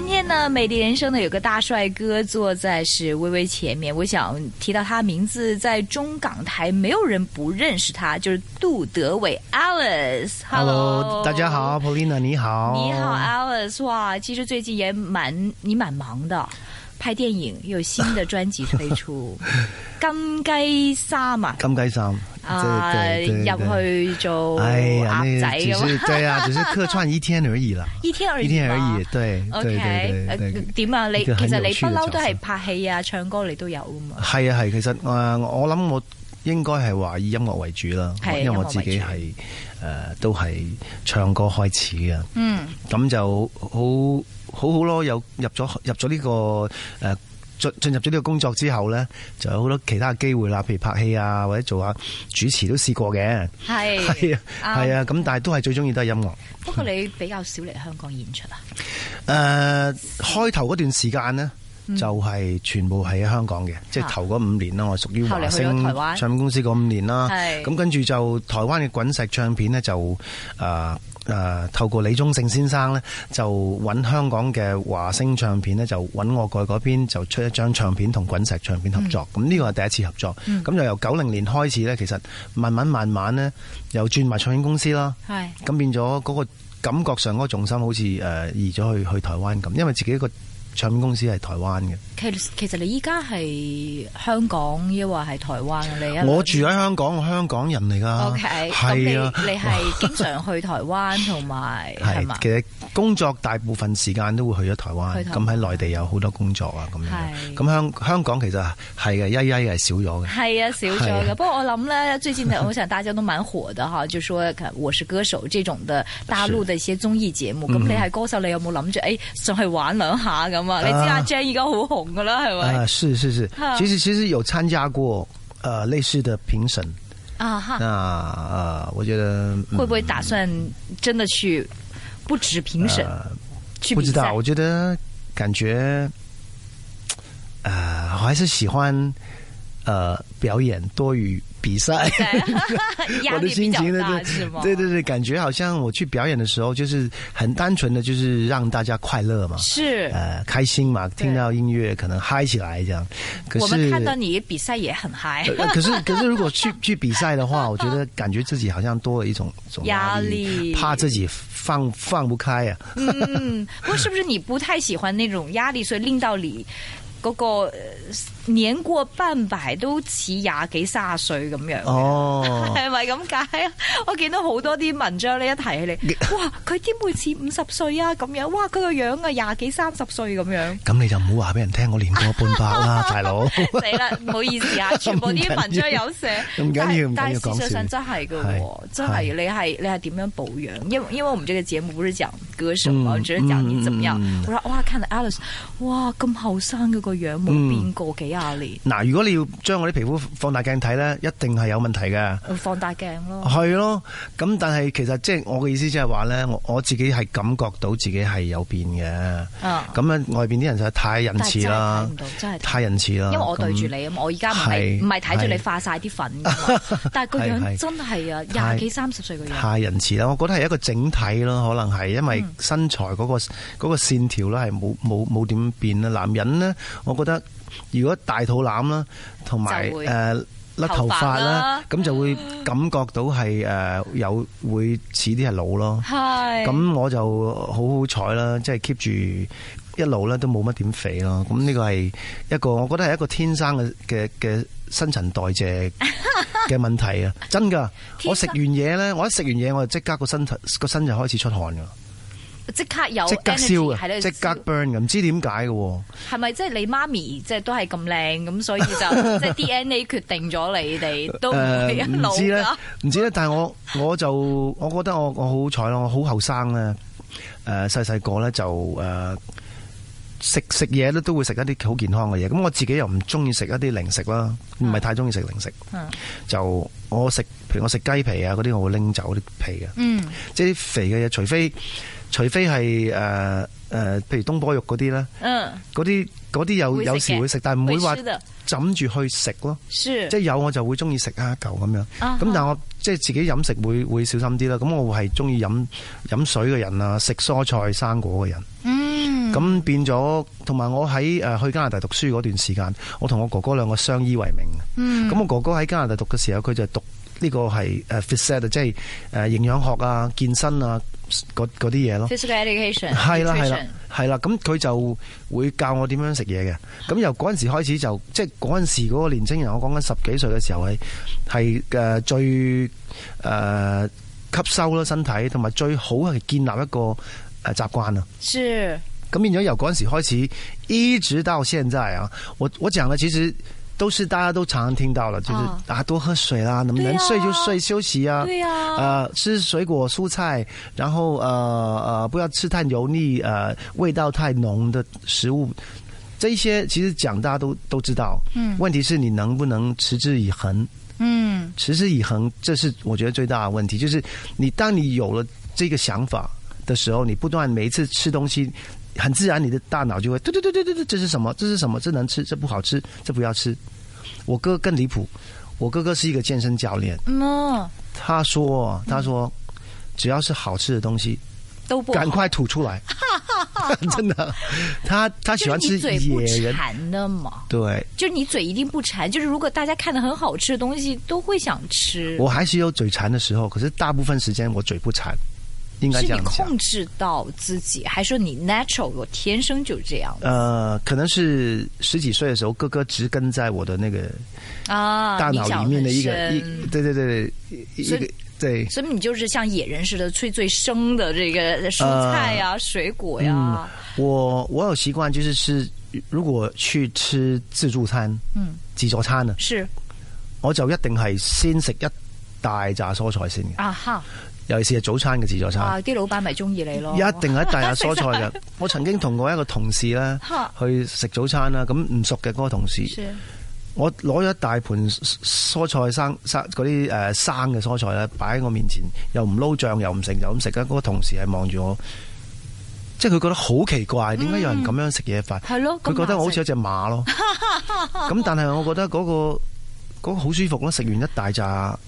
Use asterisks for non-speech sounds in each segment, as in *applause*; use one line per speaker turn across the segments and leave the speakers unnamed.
面呢，《美丽人生》呢有个大帅哥坐在是微微前面。我想提到他名字，在中港台没有人不认识他，就是杜德伟 Alice。Hello，
大家好，Polina 你好，
你好啊 Alice。哇，其实最近也蛮你蛮忙的，拍电影有新的专辑推
*laughs*
出，《金雞三》啊。
金雞三。
啊，入去做
哎呀，
鴨
那
仔
个只
咁 *laughs*
是对啊，只是客串一天而已啦，
一天而已
一
嘛，
天而已，對對
O
對對
K，*laughs*
對對。
點啊？你
一個
其
很
實
有
你
趣
不
嘅
嬲都
角
係
色
拍戲啊、唱歌你都有噶嘛？
係啊係，其實誒、呃我諗我應該係話以音樂為主啦，
係
因為我
音樂
自
為
己
主
係誒、呃都係唱歌開始嘅，
嗯，
咁就好好好咯。有入咗入咗呢、個誒。呃進進入咗呢個工作之後呢，就有好多其他嘅機會啦，譬如拍戲啊，或者做下主持都試過嘅，
係。
*laughs* 係啊，係啊，咁但係都係最中意都係音樂。
不過你比較少嚟香港演出啊？
誒、呃開頭嗰段時間呢，就係全部係喺香港嘅，即係
嗯啊
頭嗰五年啦，我屬於
後嚟
華
去咗
星
台灣
唱片公司嗰五年啦。
係
啊咁跟住就台灣嘅滾石唱片呢，就誒誒、呃透過李宗盛先生呢，就揾香港嘅華星唱片呢，就揾我過去嗰邊就出一張唱片同滾石唱片合作。咁呢個係第一次合作。咁就、由九零年開始呢，其實慢慢慢慢呢，又轉埋唱片公司啦。
係
咁變咗嗰個感覺上嗰個重心好似誒、呃移咗去去台灣咁，因為自己個唱片公司係台灣嘅。
其實其實你依家係香港，抑或係台灣啊？你一路
我住喺香港，我香港人嚟㗎。
O K，咁你
係啊，
你係經常去台灣同埋係嘛
係，？其實工作大部分時間都會去咗台灣，
去台灣
咁喺內地有好多工作啊咁樣。
係
咁香香港其實係嘅，一一係少咗嘅。 *laughs*
係啊，少咗
係
嘅。
啊
不過我諗呢，最近的我想大家都蠻火的哈，就 *laughs* 說看《我是歌手》這種的大陸的一些綜藝節目。咁
嗯
你係歌手，你有冇諗住誒上去玩兩下咁啊？你知阿
啊
Jan 而家好紅噶啦，係咪？
啊，是是是
啊，
其實其實有參加過呃類似的評審，
啊哈
那，呃我覺得嗯
會不會打算真的去不止評審
呃
去
不
比
知
賽
道，？
*laughs*
我觉得感觉，呃，我还是喜欢呃表演多于比赛。
压
*laughs* 我的
力比
心
较
情呢
大是吗？
对对对，感觉好像我去表演的时候，就是很单纯的，就是让大家快乐嘛，
是。
呃，开心嘛，听到音乐可能嗨起来这样。可
我们
是
看到你比赛也很嗨，
呃 *laughs* 可是可是，如
*laughs*
果去去比赛的话，我觉得感觉自己好像多了一种种
压
压
力
怕自己放放不
*laughs*
开啊。
嗯，不过是不是你不太喜欢那种压力，所以令到你嗰、個个呃年過半百都似廿幾卅歲咁樣，
哦，
*laughs* 係咪咁解啊？我見到好多啲文章呢一提起你，哇！佢點會似五十歲啊？咁樣，哇！佢個樣啊，廿幾三十歲咁樣。
咁你就唔好話俾人聽我年過半百啦，大佬。
死啦，唔好意思
*laughs*
啊，全部啲文章有寫，
唔緊要
但係
唔緊要
但係事實上
講
真係嘅喎
係，
真係
係
你係你係點樣保養？因為因為我們這個節目不是講歌手嘛，
嗯
我只是講你怎麼樣。
嗯嗯嗯
我話哇，看到 Alice，哇咁後生嘅個樣冇變過幾廿年，
*laughs* 嗱，如果你要將我啲皮膚放大鏡睇咧，一定係有問題嘅。
放大鏡咯。
係咯，咁但係其實即係我嘅意思，即係話咧，我我自己係感覺到自己係有變嘅。
啊
咁樣外邊啲人實在太仁
但係
慈
真係睇
啦
唔，到，真係睇唔到。
太仁慈
因
啦。
為我對住
咁，
你啊嘛，我而家唔係
係
唔係睇住你
係
化晒啲粉㗎嘛，
*laughs*
但係個
係
樣
係
真係啊，
太
廿幾三十歲個樣。
太仁慈啦，我覺得係一個整體咯，可能係因為
嗯
身材嗰、個嗰個線條咧係冇冇冇點變啦。男人咧，我覺得如果大肚腩啦，同埋
就會
誒甩頭
頭
髮
髮啦嗯
啦，咁就會感覺到係誒、呃有會似啲係老咯。
係
咁我就好好彩啦，即係 keep 住一路咧都冇乜點肥咯。咁呢個係一個，我覺得係一個天生嘅嘅嘅新陳代謝嘅問題啊！
*laughs*
真噶，我食完嘢咧，我一食完嘢我就即刻個身體個身就開始出汗噶，
即刻有
即刻
energy
燒
喺
嘅，
你
即刻
燒
burn 嘅，唔知點解嘅喎。
係咪即係你媽咪即係都係咁靚咁，
*laughs*
所以就即係 DNA 決定咗你哋都唔會一
誒
路
呃唔知咧
㗎？，
唔知咧，但係我我就我覺得我我好彩咯，我好後生咧，誒細細個咧就誒、食食嘢咧都會食一啲好健康嘅嘢，咁我自己又唔中意食一啲零食啦，唔係太中意食零食，
嗯
就我食譬如我食雞皮啊嗰啲，我會拎走啲皮嘅，啊
嗯，
即係啲肥嘅嘢，除非除非係誒誒，譬如東坡肉嗰啲咧，
嗯，
嗰啲嗰啲有
會食嘅
有時會食，啊但係唔會話
吃的
枕住去食咯。
是
即係有我就會中意食啊一嚿咁樣。咁、
啊哈
但係我即係自己飲食會會小心啲啦。咁我係中意飲飲水嘅人啊，食蔬菜生果嘅人。
嗯
咁變咗，同埋我喺呃誒去加拿大讀書嗰段時間，我同我哥哥兩個相依為命。
嗯
咁我哥哥喺加拿大讀嘅時候，佢就讀呢個係誒 phys ed，即係誒營養學啊、健身啊嗰嗰啲嘢咯。
physical education
係啦係啦
nutrition
係啦，咁佢就會教我點樣食嘢嘅。咁由嗰陣時開始就，即係嗰陣時嗰個年青人，我講緊十幾歲嘅時候係係誒最誒、呃吸收啦身體，同埋最好係建立一個誒習慣啊。
是
咁變咗由嗰陣時開始，一直到現在啊，我我講嘅其實都是大家都常常聽到了，就是、
啊
啊多喝水啦，能不
對
能
啊
睡就睡，休息啊。
對啊
呃，吃水果蔬菜，然后呃呃，不要吃太油腻，呃，味道太浓的食物，这一些其实讲大家都都知道。
嗯
问题是你能不能持之以恒？
嗯
持之以恒，这是我觉得最大的问题，就是你当你有了这个想法的时候，你不断每一次吃东西，很自然你的大脑就会对对对对对对，这是什么？这是什么？这能吃？这不好吃？这不要吃？我哥更离谱，我哥哥是一个健身教练，
嗯哦
他说他说。只要是好吃的东西，
都不
赶快吐出来！真的，他他喜欢
就是
吃
你嘴不
野人，
馋的嘛，
对
就是你嘴一定不馋，就是如果大家看的很好吃的东西，都会想吃。
我还是有嘴馋的时候，可是大部分时间我嘴不馋，应该
是
这
你
样讲。
控制到自己，还说你 natural，我天生就这样
呃，可能是十几岁的时候，哥哥植根在我的那个
啊？
大脑
你想
里面的
很
一个、一
深，
对对对对，一
所
一
以
个对。
所以你就是像野人似的，最最生的这个蔬菜呀、水果呀、
呃嗯，我我有习惯就是吃，如果去吃自助餐，
嗯，
自助餐啊，
是
我就一定係先食一大扎蔬菜先嘅，
啊哈，
尤其是係早餐嘅自助餐，
啊哦啲老闆咪中意你咯，
一定係一大扎蔬菜
*laughs*
嘅。我曾經同我一個同事咧
哈
去食早餐啦，咁唔熟嘅嗰個同事，
是
我攞咗一大盤蔬菜生生嗰啲誒生嘅蔬菜咧，擺喺我面前，又唔撈醬，又唔成，就咁食啦。嗰、個同事係望住我，即係佢覺得好奇怪，點解有人咁樣食嘢法？
係咯，
佢、
咁
覺得我好
難
似
食
一隻馬咯。咁但係我覺得嗰、個嗰、個好舒服咯，食完一大扎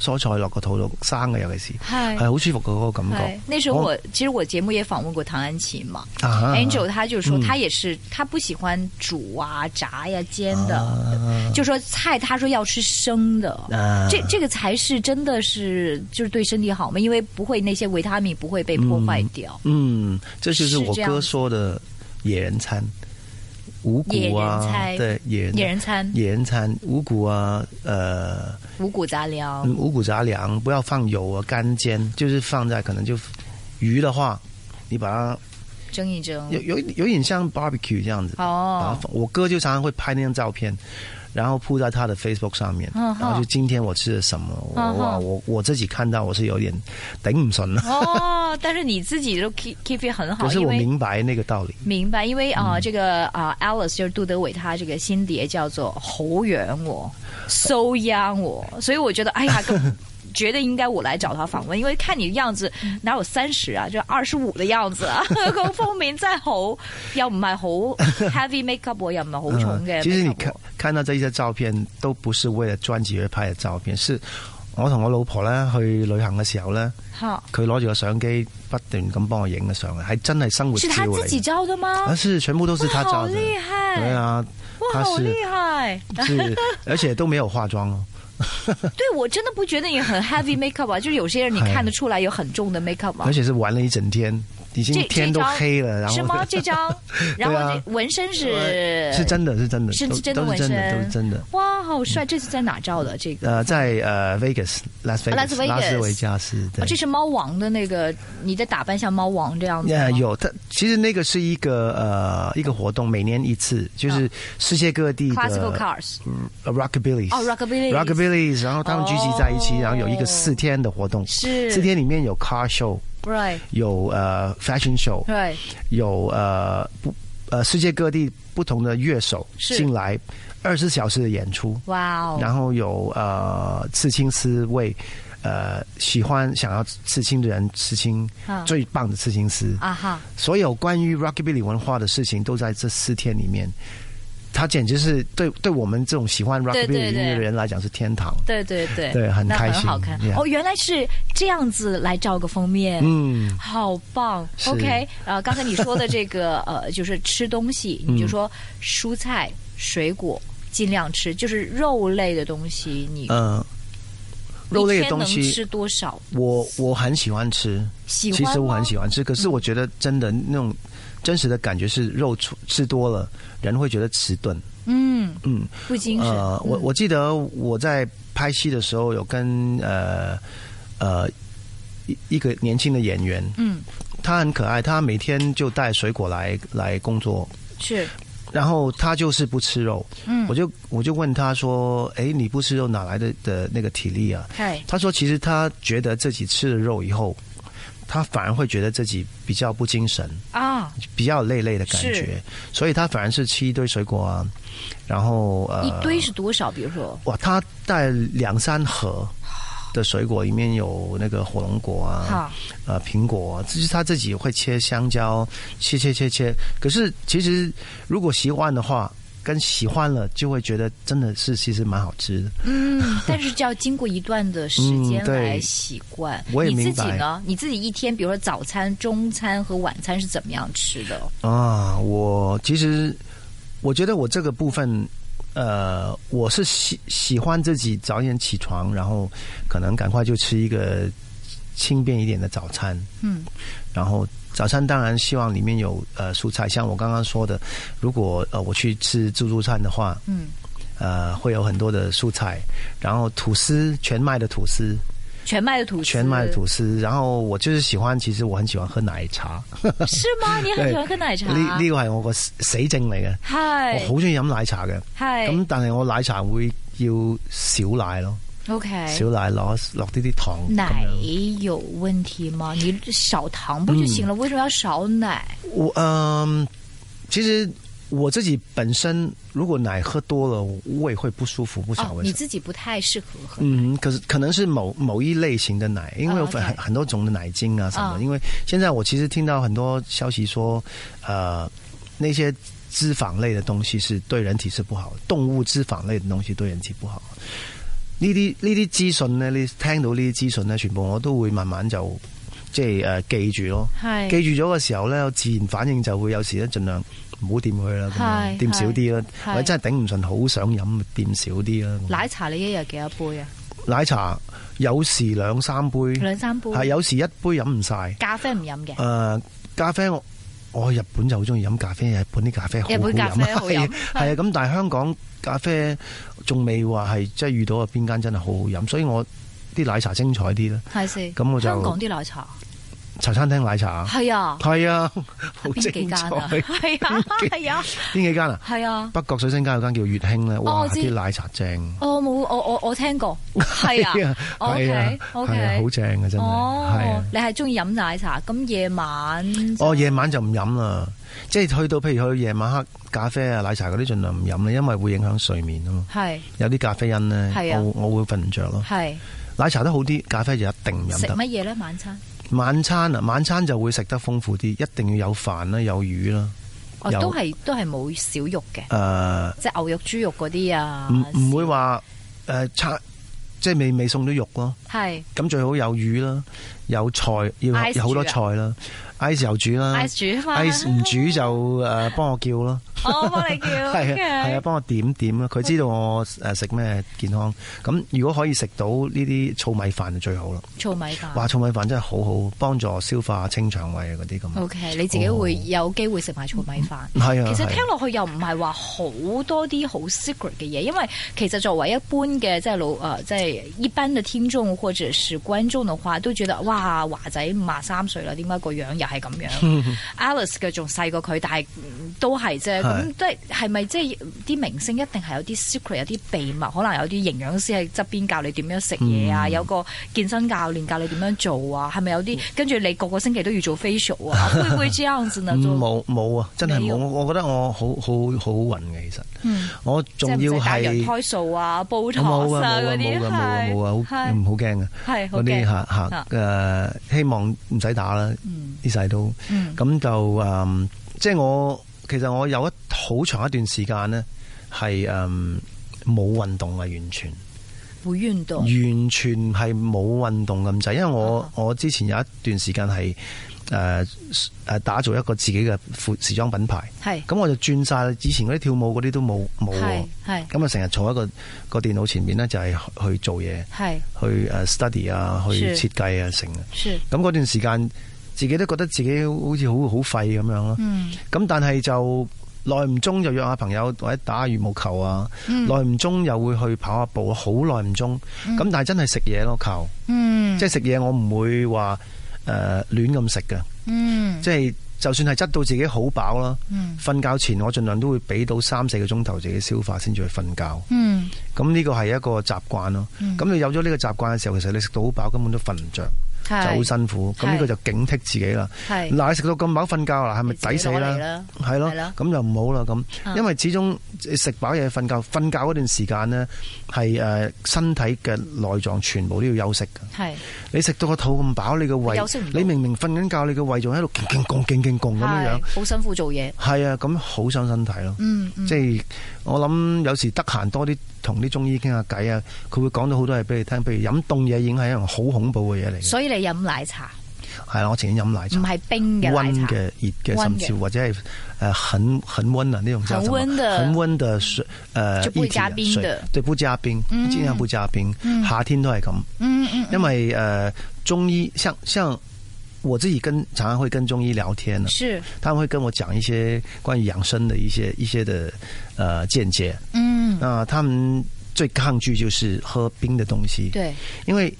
蔬菜落個肚度，生嘅尤其是
係
係好舒服嘅嗰、個感
哎
覺。，
那时候我其实我节目也访问过唐安琪嘛、
啊哈
a n g e l 她就说
嗯
她也是、她不喜欢煮啊、炸呀、煎的，
啊
就说菜她说要吃生的，
啊
这这个才是真的是就是对身体好嘛，因为不会那些维他命不会被破坏掉。
嗯，这就是
是
我
这样
哥
子
说的野人餐，五谷啊
野人，餐
对野人
野人餐、
野人餐五谷啊，呃，
五谷杂粮、
嗯五谷杂粮不要放油啊，干煎就是放在可能就鱼的话，你把它
蒸一蒸
有，有有点像 barbecue 这样子。把它
哦，
放我哥就常常会拍那张照片，然后铺在他的 Facebook 上面，
嗯
然
哼
后就今天我吃了什么，我
嗯哼
哇，我我自己看到我是有点顶唔顺了，
哦，但是你自己都 keep keep it 很
可
好，
是
因
我
为。
明嗯白那个道理。
明白，因为啊、呃这个啊、Alice 就是杜德伟，他这个新碟叫做《好养我》，So Young 我，所以我觉得，哎
*laughs*
呀，更觉得应该我来找他访问，因为看你的样子，
嗯
哪有三十啊，就二十五的样子
*laughs*
啊，个封面真系好，又唔系好 heavy makeup，喎又唔系好重嘅 makeup 喎。
嗯其實你看看到這些照片，都不是為了專輯而拍嘅照片，是我同我老婆咧去旅行嘅時候咧，
哈，
佢攞住個相機不斷咁幫我影嘅相嘅，係真係生活
是
照
他
嚟
自己
嘅。
照的
啊，
吗？
是全部都是他
好
照的，
厉害！
對啊，
哇，
他
好厉
是
害！ *laughs*
是，而且都没有化妝哦。
对我真的不觉得你
*laughs*
很 heavy makeup 啊，就是有些人你
哎
看得出来有很重的 makeup 啊
而。且是玩了一整天，已经
这
天都黑了，哎然
是
后
吗？这张，然
对
后
啊
这纹身是
对 *laughs* 是真的是真的，
是
都
真的
都
纹
是真的
身
都是真的。
哇，好帅！这是在哪照的？这个
呃，在呃 Vegas 拉斯
Las Vegas
拉斯维加斯，对
哦，这是猫王的那个，你的打扮像猫王这样子吗
呀，有它其实那个是一个呃一个活动，每年一次，就是世界各地的
啊，classical cars
呃 rockabilly
哦 rockabilly
rockabilly，然后他们聚集在一起，
哦
然后有一个四天的活动，
是
四天里面有 car show，
right
有呃 fashion show，
right
有呃不呃世界各地不同的乐手
是
进来，二十小时的演出，
哇哦，
然后有呃刺青师为呃喜欢想要刺青的人刺青
啊，
最棒的刺青师。
啊哈，
所有关于 rockabilly 文化的事情都在这四天里面。它简直是对对我们这种喜欢 rugby
对对
的音
对
乐人来讲是天堂。
对对对，
对很
那
开
很
心
好看。
yeah
哦，原来是这样子来照个封面，
嗯，
好棒
是
！OK，呃，刚才你说的这
*laughs*
个呃，就是吃东西，
嗯
你就说蔬菜、水果尽量吃，就是肉类的东西，你
呃，肉类
一
的
天
东
能
西
吃多少？
我我很喜欢吃，
喜欢
其实我很
吗
喜欢吃，可是我觉得真的那种真实的感觉是肉出吃多了，人会觉得迟钝。
嗯，
嗯，
不精神。嗯
呃，我我记得我在拍戏的时候有跟呃呃一一个年轻的演员，
嗯，
他很可爱，他每天就带水果来来工作，
是
然后他就是不吃肉，
嗯
我就我就问他说，诶，你不吃肉哪来的的那个体力啊？
嗨，
他说其实他觉得自己吃了肉以后，他反而会觉得自己比较不精神，
啊，
比较累累的感
是
觉，所以他反而是吃一堆水果啊，然后呃
一堆是多少？比如说，
哇，他带两三盒的水果，里面有那个火龙果啊，
哈，
呃，苹果、啊，就是他自己会切香蕉，切切切切。可是其实如果习惯的话，跟喜欢了就会觉得真的是其实蛮好吃的。
嗯，但是就要经过一段的时间
嗯对
来习惯。
我也
你自
明白
己呢？你自己一天，比如说早餐、中餐和晚餐是怎么样吃的？
啊，我其实我觉得我这个部分，呃，我是喜喜欢自己早点起床，然后可能赶快就吃一个轻便一点的早餐。
嗯，
然后早餐当然希望里面有呃蔬菜，像我刚刚说的，如果呃我去吃自助餐的话，
嗯，
呃会有很多的蔬菜，然后吐司全麦的吐司，
全麦的吐司，
全麦的吐司，然后我就是喜欢，其实我很喜欢喝奶茶。
是吗？你很喜欢喝奶茶？
呢呢個係我個死死症嚟嘅，
嗨
我好中意飲奶茶嘅。
嗨
咁但係我奶茶會要少奶咯，
，OK
少。奶攞落啲啲糖。
哎奶有问题吗？你少糖不就行
嗯
了？为什么要少奶？
我嗯，其實我自己本身如果奶喝多了，我胃會不舒服，不晓得
哦，
為
你
什麼。
自己不太适合喝。
嗯，可是可能是某某一类型的奶，因为有
哦，OK
很很多种的奶精啊什么的。
哦
因为现在我其实听到很多消息说，呃，那些脂肪类的东西是对人体是不好的，动物脂肪类的东西對人體不好。呢啲呢啲資訊呢，你聽到呢啲資訊呢，全部我都會慢慢就即係誒、呃記住咯。
嗨，
記住咗嘅時候咧，我自然反應就會有時咧，盡量唔好掂佢啦，咁
係
樣掂少啲啦，
係
或者真係頂唔順，好想飲，咪掂少啲啦。咁
奶茶你一日几多杯啊？
奶茶有時兩三杯，
两三杯。
係嗯有時一杯飲唔晒。誒、
咖啡唔饮嘅。
咖啡我我去日本就好中意飲咖啡，日本啲咖啡好好
日本咖啡好飲
飲，係啊咁，但係香港咖啡仲未話係即係遇到啊邊間真係好好飲，所以我啲奶茶精彩啲啦，
系先，
啊咁我就
香港啲奶茶
茶餐廳奶茶
係啊，*laughs*
係啊，好
邊幾
精
間
彩。
啊？係啊，係啊，
邊幾間啊？
係啊。
北角水星街有間叫月興咧，
哦
哇！
我知
啲奶茶正，
我哦冇，我我我聽過，係
*laughs*
啊，
係啊，
OK，OK
係啊，好正嘅真係，係
哦
啊，。
你係中意飲奶茶，咁夜晚
哦，夜晚就唔飲啦，即係去到譬如去夜晚黑咖啡啊、奶茶嗰啲，盡量唔飲啦，因為會影響睡眠啊嘛。
係
有啲咖啡因咧
係，啊
我我會瞓唔着咯。
係
奶茶都好啲，咖啡就一定哦唔飲
食
得。
乜嘢咧？晚餐
晚餐
嗯
啊，晚餐就會食得豐富啲，一定要有飯啦，有魚啦，
哦，
有
都係都係冇少肉嘅，
誒
即係牛肉、豬肉嗰啲啊，
唔唔會話誒餐即係未未送咗肉咯。
係
咁最好有魚啦，有菜，要
Ice 啊
有好多菜啦，ice 又煮啦
ice 煮啊嘛
，ice 唔煮就誒幫我叫啦。
*laughs* 我幫你叫，
*laughs* 係啊，係啊，
OK 嗯
幫我點點啦。佢知道我誒食咩健康。咁如果可以食到呢啲糙米飯就最好啦。
糙米飯
哇，糙米飯真係好好，幫助消化、清腸胃啊嗰啲咁。
，OK，你自己會
哦
有機會食埋糙米飯。
係啊，
其實
係啊
聽落去又唔係話好多啲好 secret 嘅嘢，因為其實作為一般嘅即係老誒，呃即係一般嘅聽眾或者是觀眾嘅話，都覺得哇華仔五啊三歲啦，點解個樣又係咁樣
*laughs*
？Alice 嘅仲細過佢，但係嗯都係啫。咁
係
即係係咪即係啲明星一定係有啲 secret 有啲秘密？可能有啲營養師喺側邊教你點樣食嘢
嗯
啊，有個健身教練教你點樣做啊，係咪有
*laughs*
啲跟住你個個星期都要做 facial 啊？會唔會這樣子呢？
嗯
都
冇冇啊，真係
你
冇。
要
我我覺得我好好好運嘅，其實
嗯
我仲要
即係唔使打
係
羊胎素啊、煲
冇啊
糖
冇
啊
啊
嗰啲，
冇啊冇啊冇啊，好
係
唔好驚啊？
係好
嗰啲
驚
嚇嚇誒，希望唔使打啦，呢世都嗯
嗯
咁就誒，即係我其實我有一好長一段時間呢，係誒冇運動嘅完全。
不運動，
完全係冇運動咁滯，因為我、
哦啊
我之前有一段時間係誒誒打造一個自己嘅服時裝品牌，
係
咁我就轉晒以前嗰啲跳舞嗰啲都冇冇喎
係，係
咁啊成日坐喺個個電腦前面呢，就係去去做嘢，
係
去誒 study 啊，去
是
設計啊成，
是，
咁嗰段時間自己都覺得自己好似好好廢咁樣咯，
嗯
咁但係就耐唔中就約下朋友或者打下羽毛球啊，
嗯
耐唔中又會去跑下步，好耐唔中。咁但係真係食嘢咯，靠！
嗯
即係食嘢，我唔會話誒、呃、亂咁食嘅，
嗯
即係就算係執到自己好飽啦，
嗯
瞓覺前我盡量都會俾到三四個鐘頭自己消化先至去瞓覺。
嗯
咁呢個係一個習慣咯。咁、你有咗呢個習慣嘅時候，其實你食到好飽根本都瞓唔着，就好
係
辛苦。咁呢個就警惕自己啦。
係
嗱，你食到咁飽瞓覺啦，係咪抵死啦？
啦？
係咯
係啦，
咁就唔好啦
啊
咁，因為始終食飽嘢瞓覺，瞓覺嗰段時間呢，係誒身體嘅內臟全部都要休息嘅。
係
你食到個肚咁飽，你個胃
休息唔，到
你明明瞓緊覺，你個胃仲喺度勁勁共勁勁共咁樣樣
係，好辛苦做嘢，
係啊，咁好傷身體咯。
嗯嗯
即係我諗有時得閒多啲同啲中醫傾下偈啊，佢會講到好多嘢俾你聽，譬如飲凍嘢已經係一樣好恐怖嘅嘢嚟嘅。
所以你飲奶茶
係啦，我情願飲奶
唔
茶，
係冰嘅奶
溫
茶，
嘅、熱嘅，
溫嘅
甚至或者係誒很很温啊呢種叫
很
什麼
溫的嗯
很温的水誒
就不會加
液體啊
冰的
水對，不加冰，
嗯
經常不加冰，夏天都係咁。
嗯嗯，
因為誒、呃中醫，像像我自己跟常常會跟中醫聊天呢，
是，
他們會跟我講一些關於養生的一些一些的呃見解。
嗯，
那他們最抗拒就是喝冰的東西，
對
因為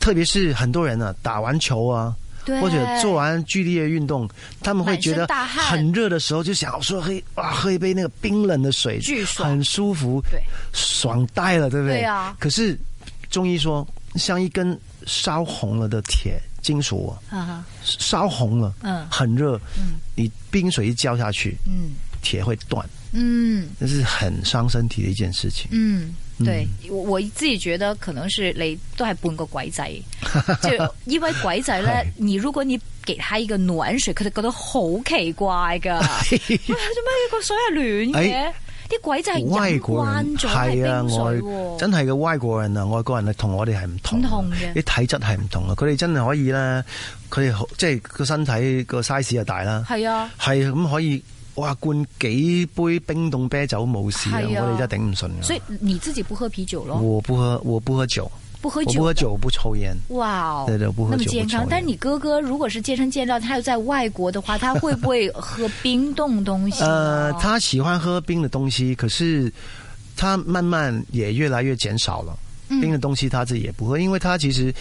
特別是很多人呢、啊、打完球啊。
對，
或者做完劇烈運動，他們會覺
滿身
得
大汗
很熱的時候就想說喝一哇喝一杯那個冰冷的水，
巨爽
很舒服，
對，
爽呆了，对不对？
對啊
可是中醫說，像一根燒紅了的鐵金屬啊，
哈哈，
燒紅了，
嗯
很熱，
嗯
你冰水一澆下去，
嗯
鐵會斷，
嗯。
那是很傷身體的一件事
*laughs*
情。
嗯，對，我我自己覺得可能是你都係半個鬼
*laughs*
仔，就因為鬼仔咧
係，
你如果你給他一個暖水，佢哋覺得好奇怪
*laughs*
噶，喂，做咩個水係暖嘅
哎？
啲鬼仔係
外
飲
國人
哎慣咗係
係啊，
冰
外
水喎，
真係嘅外國人啊，外國人啊，同我哋係唔同，
唔同嘅
啲體質係唔同嘅。啊佢哋真係可以咧，佢哋好即係個身體個 size 又大啦，
係啊，
係咁可以哇灌幾杯冰凍啤酒冇事啊！
係啊
我哋真係頂唔順嘅。
所以你自己不喝啤酒咯，
我不喝，我不喝酒，
不喝
我
酒
不喝
的，
酒，不抽煙。
哇哦，
對對不喝
那麼
酒
健
不抽
康。
煙
但是你哥哥如果是健身健到，他又在外國的話，他會不會喝冰凍東西
*laughs* 呃
呢？，
他喜歡喝冰的東西，可是他慢慢也越來越減少了。
嗯
冰的東西他自己也不喝，因為他其實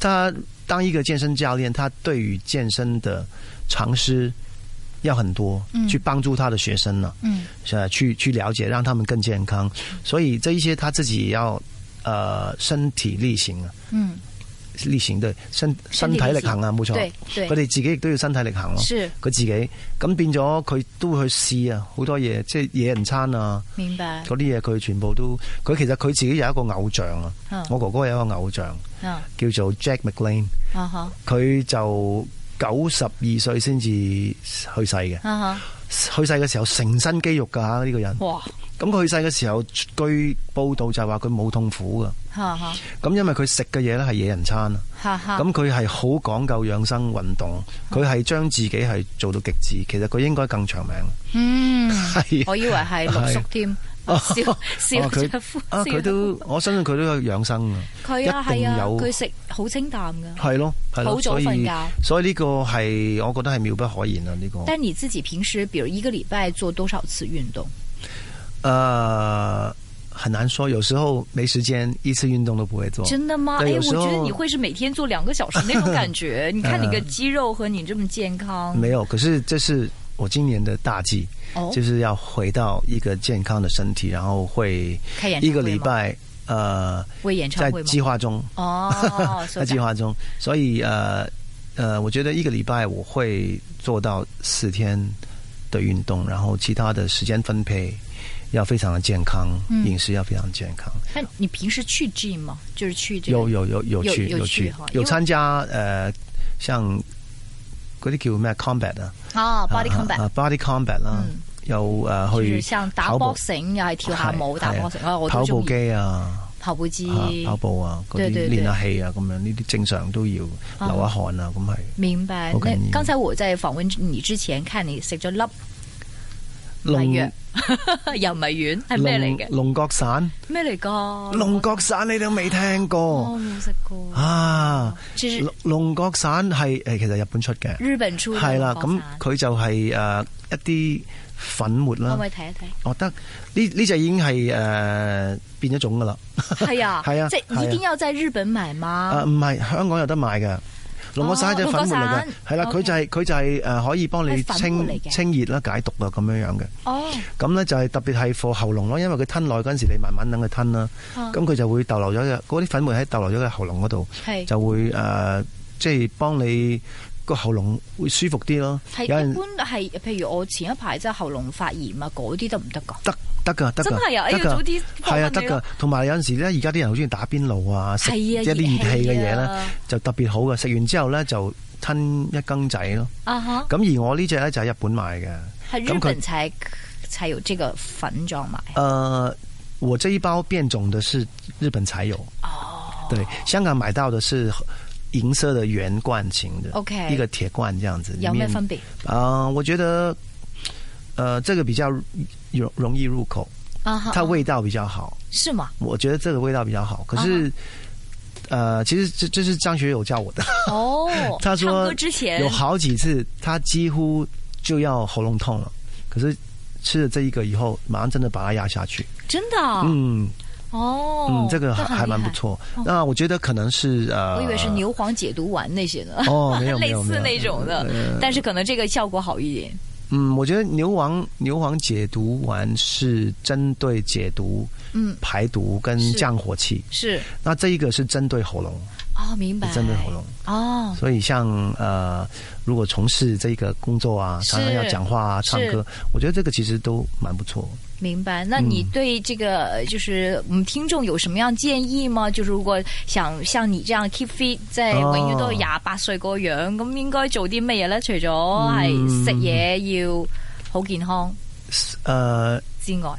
他當一個健身教練，他對於健身的常識要很多，
嗯
去幫助他的學生呢、
嗯
呃，去去了解，讓他們更健康。所以這一些他自己也要呃身體力行啊，
嗯，
力行對身
身
身
體力
體
行
力行啊，冇錯。
對
佢哋
對，
自己亦都要身體力行咯。
是
佢自己咁變咗，佢都會去試啊，好多嘢，即係野人餐啊，
明白，
嗰啲嘢佢全部都，佢其實佢自己有一個偶像啊，
嗯
我哥哥有一個偶像
嗯。
叫做 Jack McLean，
啊哈，
佢就九十二歲先至去世嘅，
啊哈，
去世嘅時候成身肌肉㗎呢、個人，
哇，
咁佢去世嘅時候，據報道就係話佢冇痛苦㗎，
哈哈，
咁因為佢食嘅嘢呢係野人餐啊。
哈哈，
咁佢係好講究養生運動，佢係將自己係做到極致。其實佢應該更長命。啊
嗯，
*laughs* 係
我以為係綠叔添， *laughs*
*laughs*
笑笑
哦佢
着夫，
啊，佢都我相信佢都有養生啊，
佢啊
一定
係啊，
有哦
佢食好清淡噶。
係咯，係
好
咯，
早
所
瞓
以
覺
所以呢個係我覺得係妙不可言啊！呢、個誒、
但你自己平時，比如一個禮拜做多少次運動？
呃很難說，有時候沒時間，一次運動都不會做。
真的嗎？哎，我
對哦
覺
有時候
得你會是每天做兩個小時那種感覺。你看你的肌肉和你這麼健
*laughs*
康，
沒有，可是這是我今年的大計，
哦，
就是要回到一個健康的身體，然後會
開演唱會
一
嗎
個禮拜，呃，
為演唱
在
會嗎
計？劃中。
哦，所
*laughs* 在
以
計劃中，所以呃呃，我覺得一個禮拜我會做到四天的運動，然後其他的時間分配要非常的健康，
嗯
飲食要非常健康。
那你平時去 gym 嗎？就是去這個
有有有有
有
去
有去
去
哈因
有
為
參加呃像嗰啲叫咩 combat 啊
啊 body
啊
哦啊 combat，
啊 body combat 啦
嗯，
又誒
就是
去
像打
跑步
boxing 又係跳下舞
係
打
係啊
boxing，啊我
跑
都中
步
意
機啊。
跑步機。
啊跑步啊，嗰
對
啲
對對
練下氣啊，咁樣呢啲正常都要流下汗啊，咁係
明白
好。緊
那
要
剛才我在訪問你之前，看你食咗粒迷藥
龍，
*laughs* 又唔係丸，係咩嚟
龍
嘅？哦
龍角散，
咩嚟噶？
龍角散你都未聽過
我冇食過。
啊？
其實
龍龍角散係誒其實日本出嘅，
哦日本出嘅
係啦，
龍角
咁啊
散
佢就係誒一啲粉末
可唔
啦
可，以睇一睇？
我覺哦得呢呢隻已經係誒變咗種噶啦，
係啊，
*laughs* 係啊
即
係啊
係一定要在日本買嗎？
啊唔係香港有得賣嘅。龍角散係隻粉末
哦
嚟
龍角
嘅
散，
係啦，佢
OK
就係佢就係誒可以幫你
係粉末嚟
清
嘅
清熱啦、解毒啊咁樣樣嘅。
哦，
咁咧就係特別係貨喉嚨咯，因為佢吞耐嗰陣時，你慢慢等佢吞啦，
啊嗯
咁佢、就會逗留咗嘅嗰啲粉末喺逗留咗嘅喉嚨嗰度，
係
就會誒、呃即係幫你個喉嚨會舒服啲咯。
係一
有人
般係，譬如我前一排真係喉嚨發炎啊，嗰啲得唔得噶？
得得㗎，得㗎，
真係啊哎呀
得㗎
早啲
係
訪
啊，
問
得
你
㗎
啦。
同埋有陣時咧，而家啲人好中意打邊爐啊，食
係
一
啊
啲熱氣嘅嘢
熱氣
咧
啊，
就特別好嘅。食完之後咧就吞一羹仔咯。
啊哈，
咁而我呢只咧就喺日本買嘅。
係
咁
日
佢
本才才有這個粉狀買。
呃，我这一包变种的是日本才有哦，对，香港买到的是银色的圆罐型的
OK
一个铁罐这样子，
有
里
咩
面
分別？
啊、我觉得呃这个比较容容易入口，
啊哈，
它味道比较好，
是嗎？
我觉得这个味道比较好，可
哦
是。呃，其实这这是张学友教我的，，
哦
*laughs*
唱
他说
歌之前
有好几次他几乎就要喉咙痛了，可是吃了这一个以后，马上真的把它压下去。
真的啊
嗯，
哦，
嗯，这个
那
还
很
还蛮
厲
不
害。哦
错。那我觉得可能是呃，
我以为是牛黄解毒丸那些呢，
哦，
*laughs*
没有没
类
有呃
似
没
那
有
种的，但是可能这个效果好一点。
嗯，我觉得牛王牛王解毒丸是针对解毒、
嗯，
排毒跟
是
降火气，
是
那这一个是针对喉咙，
哦，明白。
是针对喉咙。
哦，
所以像呃，如果从事这个工作啊，
是
常常要讲话啊、
是
唱歌，我觉得这个其实都蛮不错。
明白。
嗯
那你对这个呃就是我们听众有什么样建议吗？就是如果想像你這樣 keep fit，即係
哦
永遠都係廿八歲個樣，咁應該做啲乜嘢咧？除咗
嗯
係食嘢要好健康
呃，
之外，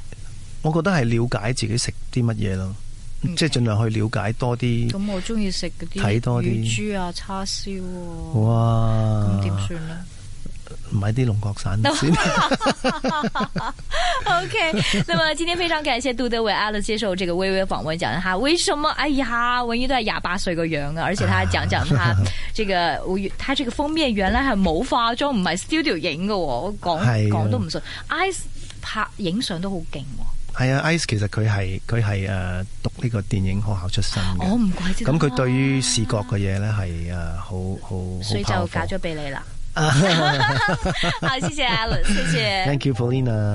我覺得係了解自己食啲乜嘢咯，
嗯
即係盡量去了解多啲。
咁我中意食嗰
睇
啲
多啲
乳豬啊、叉燒喎，
哇！
嗯咁點算咧？
買啲龍角散
*laughs*
先。
OK，那么今天非常感谢杜德伟 Alice 接受这个微微访问，讲他为什么哎呀，文一都系廿八岁个样啊，而且他讲讲
*laughs*
他这个，我他这个封面原来系冇化妝，唔係 studio 影嘅喎，我講
係啊
講都唔信，Ice 拍影相都好勁喎，
係啊，Ice 其實佢係佢係誒讀呢個電影學校出身
我
嘅，
唔怪之得
咁
啦
佢對於視覺嘅嘢咧係誒好好
所以就
好
嫁
*laughs* powerful。
咗俾你啦。好，謝謝 Alice，謝謝。
Thank you, Paulina.